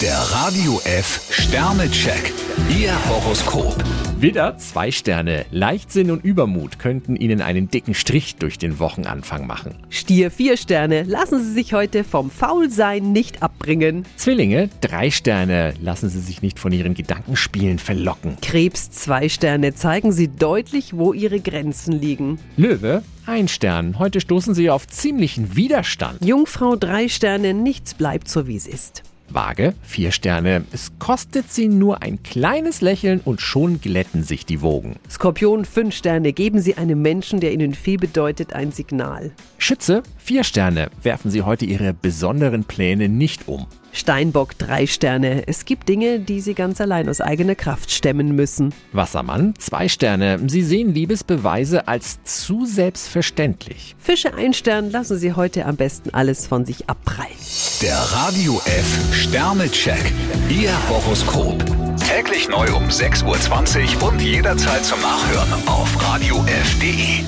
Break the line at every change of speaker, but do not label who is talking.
Der Radio F Sternecheck. Ihr Horoskop.
Widder, zwei Sterne. Leichtsinn und Übermut könnten Ihnen einen dicken Strich durch den Wochenanfang machen.
Stier vier Sterne, lassen Sie sich heute vom Faulsein nicht abbringen.
Zwillinge, drei Sterne. Lassen Sie sich nicht von Ihren Gedankenspielen verlocken.
Krebs zwei Sterne, zeigen Sie deutlich, wo Ihre Grenzen liegen.
Löwe, ein Stern. Heute stoßen Sie auf ziemlichen Widerstand.
Jungfrau drei Sterne, nichts bleibt so wie es ist.
Waage, vier Sterne. Es kostet Sie nur ein kleines Lächeln und schon glätten sich die Wogen.
Skorpion fünf Sterne, geben Sie einem Menschen, der Ihnen viel bedeutet, ein Signal.
Schütze, vier Sterne. Werfen Sie heute Ihre besonderen Pläne nicht um.
Steinbock drei Sterne, es gibt Dinge, die Sie ganz allein aus eigener Kraft stemmen müssen.
Wassermann, zwei Sterne. Sie sehen Liebesbeweise als zu selbstverständlich.
Fische ein Stern, lassen Sie heute am besten alles von sich abprallen.
Der Radio F Sternecheck. Ihr Horoskop. Täglich neu um 6.20 Uhr und jederzeit zum Nachhören auf Radio radiof.de.